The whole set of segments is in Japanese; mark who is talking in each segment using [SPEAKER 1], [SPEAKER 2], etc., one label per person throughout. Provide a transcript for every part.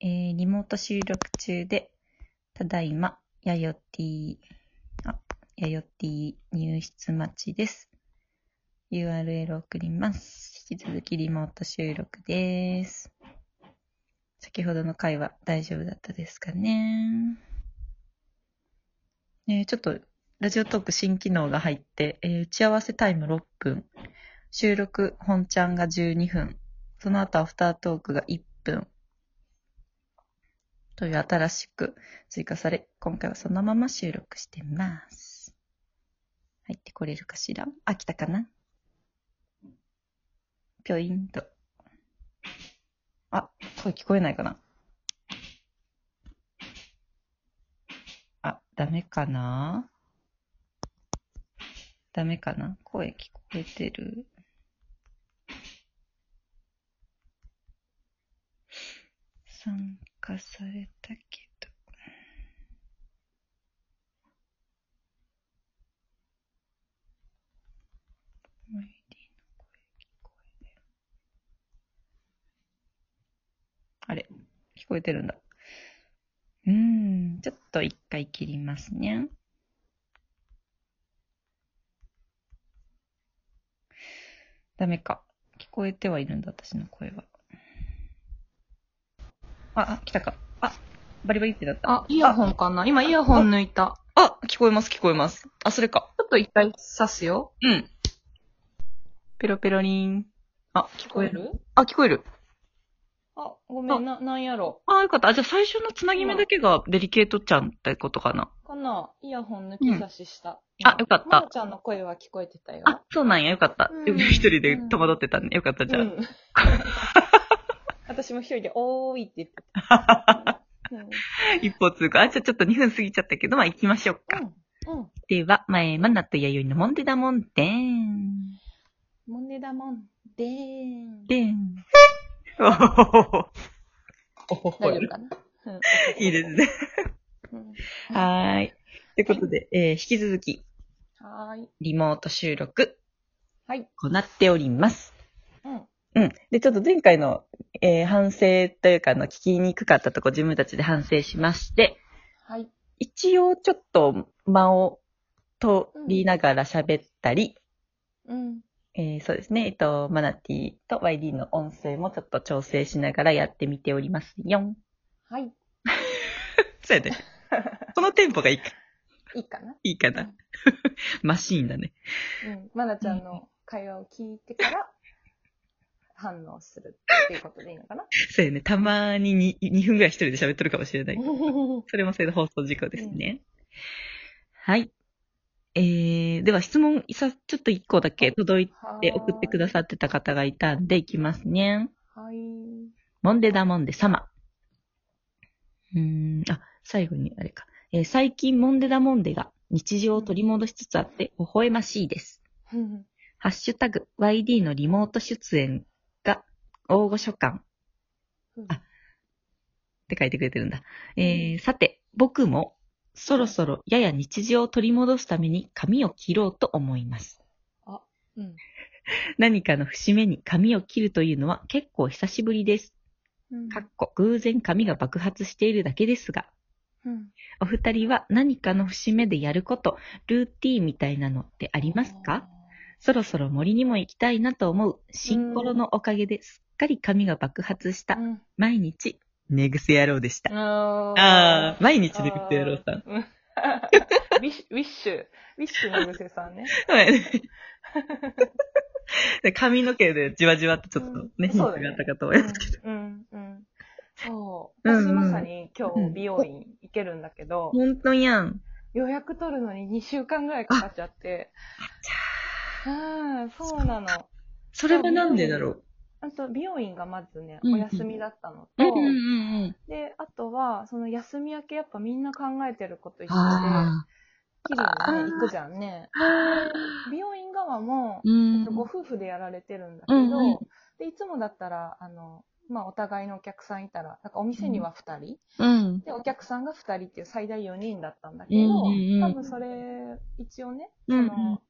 [SPEAKER 1] えーリモート収録中で、ただいま、やよてぃ、あ、やよてぃ入室待ちです。URL 送ります。引き続きリモート収録です。先ほどの回は大丈夫だったですかね。えーちょっと、ラジオトーク新機能が入って、えー打ち合わせタイム6分、収録本ちゃんが12分、その後アフタートークが1分、という新しく追加され、今回はそのまま収録してます。入ってこれるかしら飽きたかなぴょいんと。あ、声聞こえないかなあ、ダメかなダメかな声聞こえてる。参加されたけど。無理の声聞こえる。あれ聞こえてるんだ。うーん、ちょっと一回切りますね。ダメか。聞こえてはいるんだ、私の声は。あ、あ、来たか。あ、バリバリってなった。
[SPEAKER 2] あ、イヤホンかな今イヤホン抜いた。
[SPEAKER 1] あ、聞こえます、聞こえます。あ、それか。
[SPEAKER 2] ちょっと一回刺すよ。
[SPEAKER 1] うん。ペロペロリン。あ、聞
[SPEAKER 2] 聞
[SPEAKER 1] こえるあ、聞こえる。
[SPEAKER 2] あ、ごめんな、なんやろ。
[SPEAKER 1] あ、よかった。あ、じゃあ最初のつなぎ目だけがデリケートちゃんってことかな。
[SPEAKER 2] かなイヤホン抜き刺しした。
[SPEAKER 1] うんあよかった
[SPEAKER 2] まおちゃんの声は聞こえてたよ。
[SPEAKER 1] あ、そうなんや。よかった
[SPEAKER 2] う。ん
[SPEAKER 1] 一人で戸惑ってたね。よかった、じゃ
[SPEAKER 2] う
[SPEAKER 1] あ。
[SPEAKER 2] ん。 私も一人で、おーいって言ってた。うん。
[SPEAKER 1] 一歩通過。あ、じゃあちょっと2分過ぎちゃったけど、まあ行きましょうか。
[SPEAKER 2] うん。うん。
[SPEAKER 1] では、前、マナと弥生のモンデダモンデーン。
[SPEAKER 2] もんでだもん。でーん。
[SPEAKER 1] デーン。おほほほほ。おほほ
[SPEAKER 2] 大
[SPEAKER 1] ほ
[SPEAKER 2] 丈夫かなうん
[SPEAKER 1] いいですね。
[SPEAKER 2] うん
[SPEAKER 1] はーい。ということで、えー引き続き、
[SPEAKER 2] はーい。
[SPEAKER 1] リモート収録、
[SPEAKER 2] はい。
[SPEAKER 1] 行っております。
[SPEAKER 2] うん。
[SPEAKER 1] うん。で、ちょっと前回の、えー反省というか、あの、聞きにくかったとこ自分たちで反省しまして、
[SPEAKER 2] はい。
[SPEAKER 1] 一応ちょっと間を取りながら喋ったり、
[SPEAKER 2] うん。
[SPEAKER 1] えーそうですね、えっと、マナティと YD の音声もちょっと調整しながらやってみておりますよ。
[SPEAKER 2] はい。
[SPEAKER 1] そう やで。このテンポがいいか、
[SPEAKER 2] いいかない
[SPEAKER 1] いかな。 マシーンだね。
[SPEAKER 2] うん。まなちゃんの会話を聞いてから、 反応するっていうことでいいのかな
[SPEAKER 1] そうやね。たまに 2, 2分ぐらい一人で喋っとるかもしれないけど。
[SPEAKER 2] は
[SPEAKER 1] それもそれで放送事故ですね。はい。えー、では質問、いさ、ちょっと1個だけ届いて送ってくださってた方がいたんで、いきますね。
[SPEAKER 2] い。はい。
[SPEAKER 1] モンデダモンデ様。うーん、あ、最後にあれか。えー最近モンデダモンデが日常を取り戻しつつあって、微笑ましいです。
[SPEAKER 2] うん
[SPEAKER 1] ハッシュタグ、YD のリモート出演が大御所感あって書いてくれてるんだ。えー、さて、僕もそろそろやや日常を取り戻すために髪を切ろうと思います。
[SPEAKER 2] うん。
[SPEAKER 1] 何かの節目に髪を切るというのは結構久しぶりです。
[SPEAKER 2] うん
[SPEAKER 1] かっこ偶然髪が爆発しているだけですが、
[SPEAKER 2] うん。
[SPEAKER 1] お二人は何かの節目でやること、ルーティーンみたいなのってあ
[SPEAKER 2] あ
[SPEAKER 1] りますかそろそろ森にも行きたいなと思う。シンコロのおかげですっかり髪が爆発した
[SPEAKER 2] う。ん。
[SPEAKER 1] 毎日、寝癖野郎でした。
[SPEAKER 2] あ
[SPEAKER 1] あー、
[SPEAKER 2] あ。
[SPEAKER 1] 毎日寝癖野郎 さん。
[SPEAKER 2] うん。 ウィッシュ、ウィッシュ、ウィッシュのぐせさんね。
[SPEAKER 1] はい。髪の毛 でじわじわってちょっとね、
[SPEAKER 2] うん
[SPEAKER 1] ヒントがあ
[SPEAKER 2] そうだね
[SPEAKER 1] ったかと思
[SPEAKER 2] う
[SPEAKER 1] い
[SPEAKER 2] ん
[SPEAKER 1] ますけど。。
[SPEAKER 2] うん。うん。そう。
[SPEAKER 1] うん
[SPEAKER 2] 私まさに今
[SPEAKER 1] う
[SPEAKER 2] 日
[SPEAKER 1] ん
[SPEAKER 2] 美容院行けるんだけど、
[SPEAKER 1] 本当やん。
[SPEAKER 2] 予約取るのに2週間ぐらいかかっちゃって。うん、そうなの。
[SPEAKER 1] それはなんでだろう。
[SPEAKER 2] あと、美容院がまずね、
[SPEAKER 1] うん
[SPEAKER 2] お
[SPEAKER 1] うん
[SPEAKER 2] 休みだったの
[SPEAKER 1] うん
[SPEAKER 2] と、
[SPEAKER 1] うんうん。
[SPEAKER 2] で、あとは、その休み明けやっぱみんな考えてること一緒で、
[SPEAKER 1] あ
[SPEAKER 2] 綺麗にね、
[SPEAKER 1] あー
[SPEAKER 2] 行くじゃんね。
[SPEAKER 1] あ。
[SPEAKER 2] 美容院側も、
[SPEAKER 1] うん。
[SPEAKER 2] ご夫婦でやられてるんだけ
[SPEAKER 1] う
[SPEAKER 2] ど、
[SPEAKER 1] んうん
[SPEAKER 2] で、いつもだったら、あの、まあ、お互いのお客さんいたら、なんかお店には2人、
[SPEAKER 1] うん。
[SPEAKER 2] で、お客さんが2人っていう最大4人だったんだけ
[SPEAKER 1] う
[SPEAKER 2] ど、
[SPEAKER 1] んうんうん
[SPEAKER 2] 多分それ、一応ね、
[SPEAKER 1] う
[SPEAKER 2] そ
[SPEAKER 1] んうん
[SPEAKER 2] の、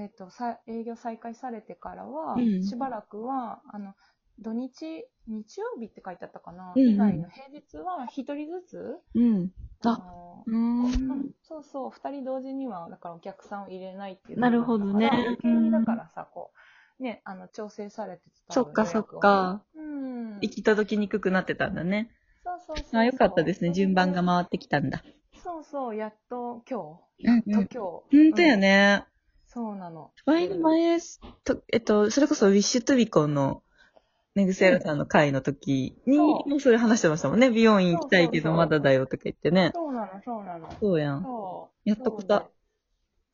[SPEAKER 2] えっ、と、さ営業再開されてからは、
[SPEAKER 1] うん
[SPEAKER 2] しばらくは、あの、土日、日曜日って書いてあったかな、
[SPEAKER 1] うんうん
[SPEAKER 2] 以外の平日は一人ずつ、
[SPEAKER 1] うん。あ
[SPEAKER 2] の
[SPEAKER 1] うーん。
[SPEAKER 2] そうそう、二人同時には、だからお客さんを入れないっていう。
[SPEAKER 1] なるほどね
[SPEAKER 2] 余計にだからさ、こう、ね、あの、調整されてた。
[SPEAKER 1] そっかそっ。か。
[SPEAKER 2] うん。
[SPEAKER 1] 行き届きにくくなってたんだね。
[SPEAKER 2] そうそうそうそう
[SPEAKER 1] あよかったですね。順番が回ってきたんだ。
[SPEAKER 2] そうそう、やっと今
[SPEAKER 1] うん
[SPEAKER 2] 日。と。今日。
[SPEAKER 1] 本当や
[SPEAKER 2] うん。
[SPEAKER 1] ね。
[SPEAKER 2] そうなの。
[SPEAKER 1] 前の前、とえっと、それこそウィッシュトゥビコンの、ネグセラさんの会の時に、
[SPEAKER 2] そう
[SPEAKER 1] もうそれ話してましたもんね。美容院行きたいけど
[SPEAKER 2] そうそうそう
[SPEAKER 1] まだだよとか言ってね。
[SPEAKER 2] そうなの、そうなの。
[SPEAKER 1] そうやん。
[SPEAKER 2] そう。
[SPEAKER 1] やっとこさ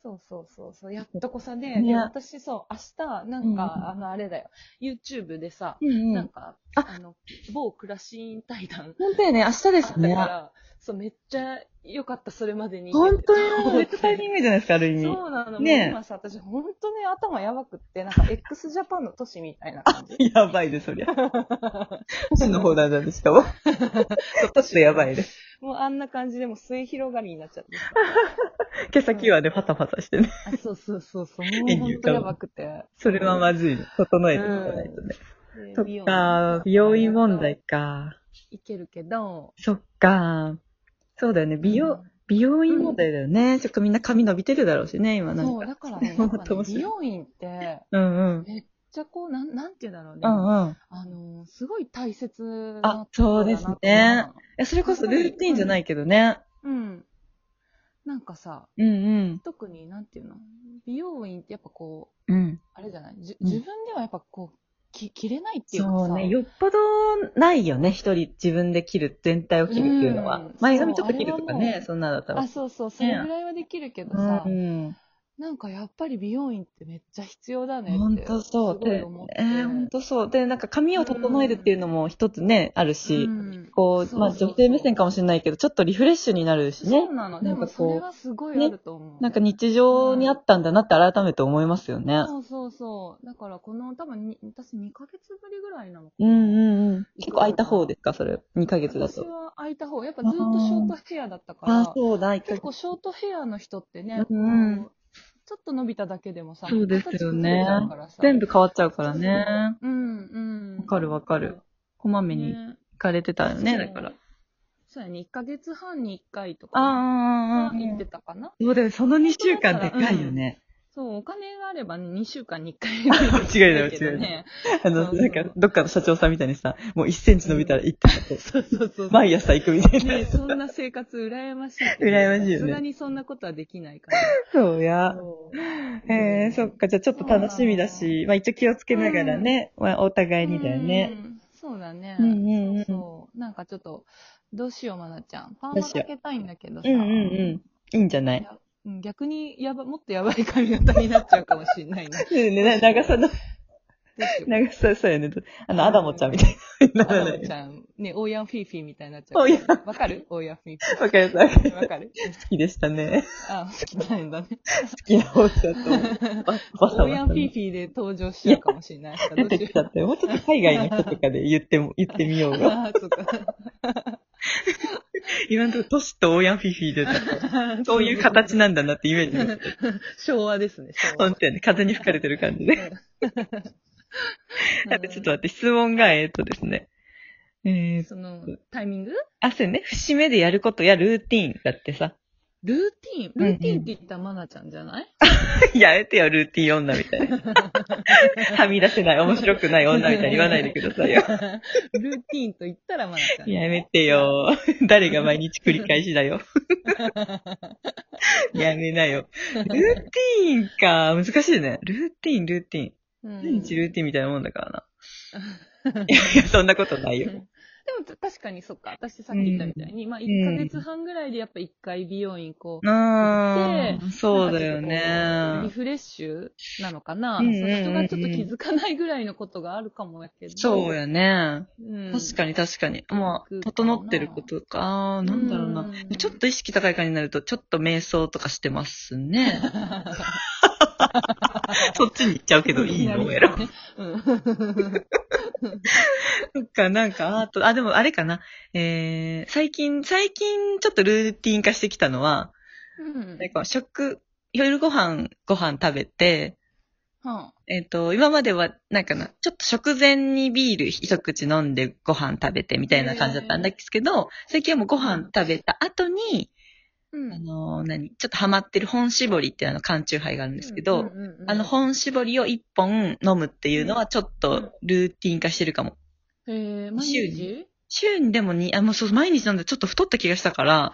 [SPEAKER 2] そうそうそうそう、やっとこさで、
[SPEAKER 1] ね
[SPEAKER 2] で私そう、明日、なんか、
[SPEAKER 1] うん
[SPEAKER 2] あの、あれだよ、YouTube でさ、
[SPEAKER 1] うんう
[SPEAKER 2] なん
[SPEAKER 1] ん。
[SPEAKER 2] か、
[SPEAKER 1] あ
[SPEAKER 2] あの、某クラシーン対談
[SPEAKER 1] 本当やね。明日
[SPEAKER 2] あ
[SPEAKER 1] で
[SPEAKER 2] った
[SPEAKER 1] す
[SPEAKER 2] か
[SPEAKER 1] ね。
[SPEAKER 2] ら、そう、めっちゃ良かった、それまでに。
[SPEAKER 1] 本当に
[SPEAKER 2] そう
[SPEAKER 1] めっちゃタイミングじゃないですか、ある意味。
[SPEAKER 2] そうなの。
[SPEAKER 1] ねえ
[SPEAKER 2] もう今さ、私、本当ね、頭やばくって、なんか、x ジャパンの都市みたいな感じ。
[SPEAKER 1] やばいで、そりゃ。星の方なんだしか も。ちょっとやばいで。
[SPEAKER 2] もうあんな感じでもう末広がりになっちゃってさ。
[SPEAKER 1] 毛先はね、パタパタしてね。
[SPEAKER 2] あそうそうそう そう。も
[SPEAKER 1] 演技
[SPEAKER 2] う本
[SPEAKER 1] 浮
[SPEAKER 2] 当
[SPEAKER 1] かぶ
[SPEAKER 2] やばくて。
[SPEAKER 1] それはまずいね。整えていかないとね。
[SPEAKER 2] で
[SPEAKER 1] そっ
[SPEAKER 2] 美容
[SPEAKER 1] か、美容院問題。か。
[SPEAKER 2] いけるけど。
[SPEAKER 1] そっか。そうだよね。美容、美容院問題だよね。そっか、みんな髪伸びてるだろうしね、
[SPEAKER 2] う
[SPEAKER 1] 今
[SPEAKER 2] ん。
[SPEAKER 1] なん
[SPEAKER 2] そ
[SPEAKER 1] か。
[SPEAKER 2] う、だから ね、
[SPEAKER 1] そ
[SPEAKER 2] や
[SPEAKER 1] れも
[SPEAKER 2] っぱね
[SPEAKER 1] 面白い
[SPEAKER 2] 美容院って、
[SPEAKER 1] うんうん。
[SPEAKER 2] めっちゃこう、なん、なんて言うんだろうね。
[SPEAKER 1] うんうん。い
[SPEAKER 2] あの、すごい大切
[SPEAKER 1] あ
[SPEAKER 2] なところだ
[SPEAKER 1] そ
[SPEAKER 2] な
[SPEAKER 1] うですね
[SPEAKER 2] って思うの。
[SPEAKER 1] や、それこそルーティンじゃないけどね。
[SPEAKER 2] うん。なんかさ、
[SPEAKER 1] うんうん。
[SPEAKER 2] 特になんていうの美容院ってやっぱこう、
[SPEAKER 1] うん。
[SPEAKER 2] あれじゃないじ、
[SPEAKER 1] うん
[SPEAKER 2] 自分ではやっぱこう、き切れないっていうかさ。
[SPEAKER 1] そうね。よっぽどないよね。一人自分で切る、全体を切るっていうのは。
[SPEAKER 2] うん
[SPEAKER 1] 前髪ちょっと切るとか
[SPEAKER 2] そうあれ
[SPEAKER 1] ね、
[SPEAKER 2] はもう
[SPEAKER 1] そんなだったら
[SPEAKER 2] あ、。そうそう、それぐらいはできるけどさ、
[SPEAKER 1] うん。
[SPEAKER 2] なんかやっぱり美容院ってめっちゃ必要だねって。
[SPEAKER 1] ほんとそう。
[SPEAKER 2] すごい
[SPEAKER 1] で
[SPEAKER 2] 思っ、て。
[SPEAKER 1] えー、ほんとそう。で、なんか髪を整えるっていうのも一つね、あるし、
[SPEAKER 2] うん
[SPEAKER 1] こ、
[SPEAKER 2] そうう
[SPEAKER 1] まあ
[SPEAKER 2] そうそう
[SPEAKER 1] 女性目線かもしれないけど、ちょっとリフレッシュになるしね
[SPEAKER 2] そう。なの。
[SPEAKER 1] な
[SPEAKER 2] で
[SPEAKER 1] んかこう
[SPEAKER 2] もそれはすごいあると思う。
[SPEAKER 1] なんか日常にあったんだなって改めて思いますよね。
[SPEAKER 2] そうそうそう。だからこの多分に、私2ヶ月ぶりぐらいなのか
[SPEAKER 1] う
[SPEAKER 2] な。
[SPEAKER 1] んうんうん。結構空いた方ですか、それ。2ヶ月だ
[SPEAKER 2] 私
[SPEAKER 1] と。
[SPEAKER 2] は空いた方、やっぱずっとショートヘアだったから。
[SPEAKER 1] あ、そうだ、1ヶ
[SPEAKER 2] 結
[SPEAKER 1] 月。
[SPEAKER 2] 構ショートヘアの人ってね、
[SPEAKER 1] うん
[SPEAKER 2] こうちょっと伸びただけでもさ、
[SPEAKER 1] そうですよね
[SPEAKER 2] 形崩れちゃうからさ
[SPEAKER 1] 全部変わっちゃうからね。
[SPEAKER 2] うんうん。
[SPEAKER 1] わかるわかる。こまめに行
[SPEAKER 2] ね
[SPEAKER 1] かれてたよね、
[SPEAKER 2] そう
[SPEAKER 1] だから。
[SPEAKER 2] そうやね、1ヶ月半に1回と
[SPEAKER 1] ああ
[SPEAKER 2] か、
[SPEAKER 1] ああ、ああ。
[SPEAKER 2] 行ってたかな。
[SPEAKER 1] そうだよ、その2週間でっかいよね。
[SPEAKER 2] そう、お金があれば2週間に1回
[SPEAKER 1] 違いない
[SPEAKER 2] 行けどね。
[SPEAKER 1] あ
[SPEAKER 2] そ
[SPEAKER 1] の、
[SPEAKER 2] う
[SPEAKER 1] なんか、どっかの社長さんみたいにさ、もう1センチ伸びたら行ってこ
[SPEAKER 2] そうそうそうう。
[SPEAKER 1] 毎朝行くみたい
[SPEAKER 2] ね
[SPEAKER 1] な。
[SPEAKER 2] そんな生活羨ましいけど。
[SPEAKER 1] 羨ましいよね
[SPEAKER 2] さすがにそんなことはできないから。
[SPEAKER 1] そうや。
[SPEAKER 2] そう
[SPEAKER 1] へえ、そっか、じゃあちょっと楽しみだし、まあ一応気をつけながらね、まあお互いにだよね。
[SPEAKER 2] うん。そうだね。
[SPEAKER 1] うんうんうん
[SPEAKER 2] そうそう。なんかちょっと、どうしよう、まなちゃん。パー
[SPEAKER 1] ど
[SPEAKER 2] マ
[SPEAKER 1] うしよ
[SPEAKER 2] か
[SPEAKER 1] う
[SPEAKER 2] けたいんだけどさ。
[SPEAKER 1] うんうんうん。いいんじゃない
[SPEAKER 2] いやうん逆にやば、もっとやばい髪型になっちゃうかもしれないね。
[SPEAKER 1] ねえねえ、長さの、
[SPEAKER 2] どうしよう
[SPEAKER 1] 長さそうやね。あの、アダモちゃんみたいにな
[SPEAKER 2] ア
[SPEAKER 1] ら
[SPEAKER 2] ダ
[SPEAKER 1] な
[SPEAKER 2] ム
[SPEAKER 1] い。
[SPEAKER 2] ちゃん、ね、オーヤンフィーフィーみたいになっちゃ
[SPEAKER 1] オ
[SPEAKER 2] う
[SPEAKER 1] ーヤン
[SPEAKER 2] から。わかるオーヤンフィーフ
[SPEAKER 1] わかりました。
[SPEAKER 2] ィー。わ
[SPEAKER 1] 好
[SPEAKER 2] かる
[SPEAKER 1] きでしたね。
[SPEAKER 2] あ、好きなんだね。
[SPEAKER 1] 好きな方だと思う。ババサ
[SPEAKER 2] オ
[SPEAKER 1] バ
[SPEAKER 2] ーヤ
[SPEAKER 1] サ
[SPEAKER 2] ンフィーフィーで登場しちゃうかもしれない。
[SPEAKER 1] 出てきちゃって、もうちょっと海外の人とかで言っても、言ってみようよ。
[SPEAKER 2] ああ、そっか。
[SPEAKER 1] 今のところ、トシとオーヤンフィフィで、 そういう形なんだなってイメージです。
[SPEAKER 2] 昭和ですね、昭和。
[SPEAKER 1] 本当やね。風に吹かれてる感じ で。
[SPEAKER 2] うん
[SPEAKER 1] あとちょっと待って、質問が、えっとですね。えー、
[SPEAKER 2] その、タイミング
[SPEAKER 1] 汗ね、節目でやることやルーティーンだってさ。
[SPEAKER 2] ルーティーン
[SPEAKER 1] うんうん
[SPEAKER 2] ルーティーンって言ったらマナちゃんじゃない
[SPEAKER 1] やめてよ、ルーティーン女みたい な。はみ出せない、面白くない女みたいに言わないでくださいよ。
[SPEAKER 2] ルーティーンと言ったらマナちゃん。
[SPEAKER 1] やめてよ。誰が毎日繰り返しだ よ。やめなよ。ルーティーンか。難しいね。ルーティーン、ルーティーン。
[SPEAKER 2] うん
[SPEAKER 1] 毎日ルーティーンみたいなもんだからな。いやいや、そんなことないよ
[SPEAKER 2] で。も確かにそっか、私さっき言ったみたいに、まあ1ヶ月半ぐらいでやっぱ1回美容院こう、
[SPEAKER 1] ああ、そうだよ
[SPEAKER 2] なんかちょっとこうリ
[SPEAKER 1] ね。
[SPEAKER 2] フレッシュなのかな、
[SPEAKER 1] うんうんうんうん
[SPEAKER 2] その人がちょっと気づかないぐらいのことがあるかもやけど。
[SPEAKER 1] そうやね。
[SPEAKER 2] うん。
[SPEAKER 1] 確かに確かに。まあ、整ってることか。ああー、なんだろうな。
[SPEAKER 2] うん
[SPEAKER 1] ちょっと意識高い感じになると、ちょっと瞑想とかしてます ね。そっちに行っちゃうけど、いいの やろ。
[SPEAKER 2] うん。
[SPEAKER 1] そっか、なんか、あと、あ、でもあれかな。えー、最近、最近ちょっとルーティン化してきたのは、なんか食、夜ご飯、ご飯食べて、
[SPEAKER 2] うん。
[SPEAKER 1] えっ、と、今までは、なんかな、ちょっと食前にビール一口飲んでご飯食べてみたいな感じだったんですけど、最近はもうご飯食べた後に、
[SPEAKER 2] うん
[SPEAKER 1] あのー何、ちょっとハマってる本絞りっていうあの缶チューハイがあるんですけど、
[SPEAKER 2] うんうんうん
[SPEAKER 1] あの、本絞りを一本飲むっていうのはちょっとルーティン化してるかも。
[SPEAKER 2] えー、毎
[SPEAKER 1] 週
[SPEAKER 2] 日
[SPEAKER 1] 週にでもに、あ、もうそう、毎日飲んでちょっと太った気がしたから、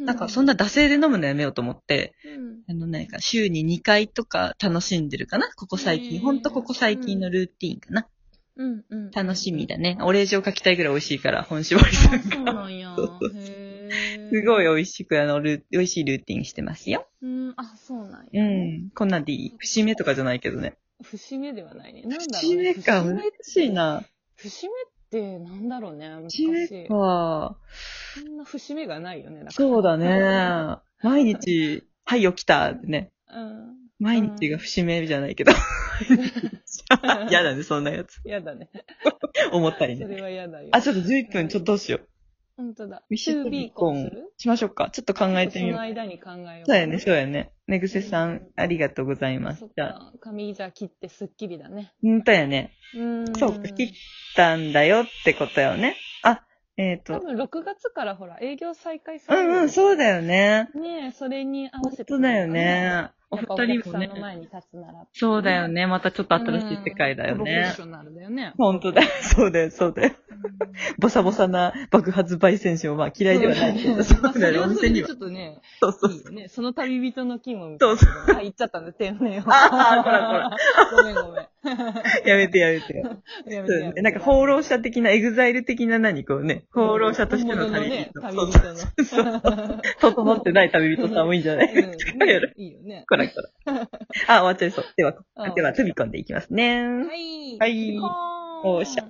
[SPEAKER 1] なんかそん
[SPEAKER 2] な、
[SPEAKER 1] な惰性で飲むのやめようと思って、
[SPEAKER 2] うん
[SPEAKER 1] あの、なんか週に2回とか楽しんでるかなここ最
[SPEAKER 2] へー
[SPEAKER 1] 近。ほんとここ最近のルーティンかな。
[SPEAKER 2] うんうん、
[SPEAKER 1] 楽しみだね。お礼状書きたいぐらい美味しいから、本絞りさ
[SPEAKER 2] あ
[SPEAKER 1] ん
[SPEAKER 2] そう
[SPEAKER 1] が。
[SPEAKER 2] なんや。
[SPEAKER 1] そうそうそう
[SPEAKER 2] へー
[SPEAKER 1] すごい。美味しく、あの、ルー美味しいルーティンしてますよ。
[SPEAKER 2] うん、あ、そうなん
[SPEAKER 1] う
[SPEAKER 2] や。。
[SPEAKER 1] ん。こんなんでいい。節目とかじゃないけどね。
[SPEAKER 2] 節目ではないね。なんだろ
[SPEAKER 1] 節
[SPEAKER 2] う、ね。
[SPEAKER 1] 目か、難しい。な。
[SPEAKER 2] 節目ってなんだろうね。難し
[SPEAKER 1] 節
[SPEAKER 2] い。
[SPEAKER 1] 目か。
[SPEAKER 2] そんな節目がないよね。だから
[SPEAKER 1] そうだ。ね。毎日、はい、起きた。ね。
[SPEAKER 2] うん。
[SPEAKER 1] 毎日が節目じゃないけど。嫌だね、そんなやつ。
[SPEAKER 2] やだね。
[SPEAKER 1] 思ったり
[SPEAKER 2] そ
[SPEAKER 1] ね。
[SPEAKER 2] れはやだよ。
[SPEAKER 1] あ、ちょっと11分、ちょっとどうしよう。
[SPEAKER 2] 本当だ。
[SPEAKER 1] ミシュ
[SPEAKER 2] to
[SPEAKER 1] ト
[SPEAKER 2] be
[SPEAKER 1] ビ
[SPEAKER 2] コ
[SPEAKER 1] コ
[SPEAKER 2] ン
[SPEAKER 1] ン
[SPEAKER 2] する
[SPEAKER 1] しましょうか。ちょっと考えてみよ
[SPEAKER 2] その
[SPEAKER 1] う。
[SPEAKER 2] 間に考えよう。
[SPEAKER 1] そうやね、そうやね。めぐせさん、ありがとうございま
[SPEAKER 2] そ
[SPEAKER 1] し。
[SPEAKER 2] ったか。髪じゃあ切ってスッキリだね。
[SPEAKER 1] ほんとやね。
[SPEAKER 2] うん。
[SPEAKER 1] そうか切来たんだよってことよね。あ、えっ、
[SPEAKER 2] 多
[SPEAKER 1] と。
[SPEAKER 2] 分6月からほら、営業再開さ
[SPEAKER 1] う
[SPEAKER 2] れるよね。
[SPEAKER 1] んうん、そうだよね。
[SPEAKER 2] ねえ、それに合わ
[SPEAKER 1] ほ
[SPEAKER 2] せ
[SPEAKER 1] ん
[SPEAKER 2] て。
[SPEAKER 1] とだよ。ね。お
[SPEAKER 2] お
[SPEAKER 1] 二人
[SPEAKER 2] 二人
[SPEAKER 1] も
[SPEAKER 2] もね。お客さんの
[SPEAKER 1] ね。
[SPEAKER 2] 前に立つなら。
[SPEAKER 1] そうだよね。またちょっと新しい世界だよ
[SPEAKER 2] うんプロフェッ
[SPEAKER 1] ね
[SPEAKER 2] シ。ョナルだよね。
[SPEAKER 1] ほんとだよ。そうだよ、そうだよ。ボサボサな爆発焙煎師もまあ嫌いではないけ
[SPEAKER 2] う
[SPEAKER 1] ど、
[SPEAKER 2] ん
[SPEAKER 1] そうだよね、お
[SPEAKER 2] まあそれはそ
[SPEAKER 1] 店
[SPEAKER 2] れ
[SPEAKER 1] に
[SPEAKER 2] で
[SPEAKER 1] は
[SPEAKER 2] ち。ょっとね、
[SPEAKER 1] そうそう
[SPEAKER 2] いいよね。その旅人の気分。
[SPEAKER 1] そうそう
[SPEAKER 2] 。あ、言っちゃったんだ、店名を。
[SPEAKER 1] あーほら
[SPEAKER 2] ほら。ごめんごめん。
[SPEAKER 1] やめてやめてよ。
[SPEAKER 2] やめ
[SPEAKER 1] そう
[SPEAKER 2] てやめ
[SPEAKER 1] ね
[SPEAKER 2] て
[SPEAKER 1] なんか、放浪者的な、エグザイル的な何こうね、放浪者としての旅人。
[SPEAKER 2] 本
[SPEAKER 1] そ
[SPEAKER 2] 物の
[SPEAKER 1] う
[SPEAKER 2] ね、旅
[SPEAKER 1] そ
[SPEAKER 2] 人
[SPEAKER 1] う 整ってない旅人さんもいいんじゃない
[SPEAKER 2] の。
[SPEAKER 1] 違うやろ。
[SPEAKER 2] いいよね。
[SPEAKER 1] こらこら。あ、終わっちゃいそう。では、
[SPEAKER 2] うん
[SPEAKER 1] では、飛び込んでいきますね。
[SPEAKER 2] はい。
[SPEAKER 1] はい
[SPEAKER 2] ピコーン
[SPEAKER 1] おーしゃ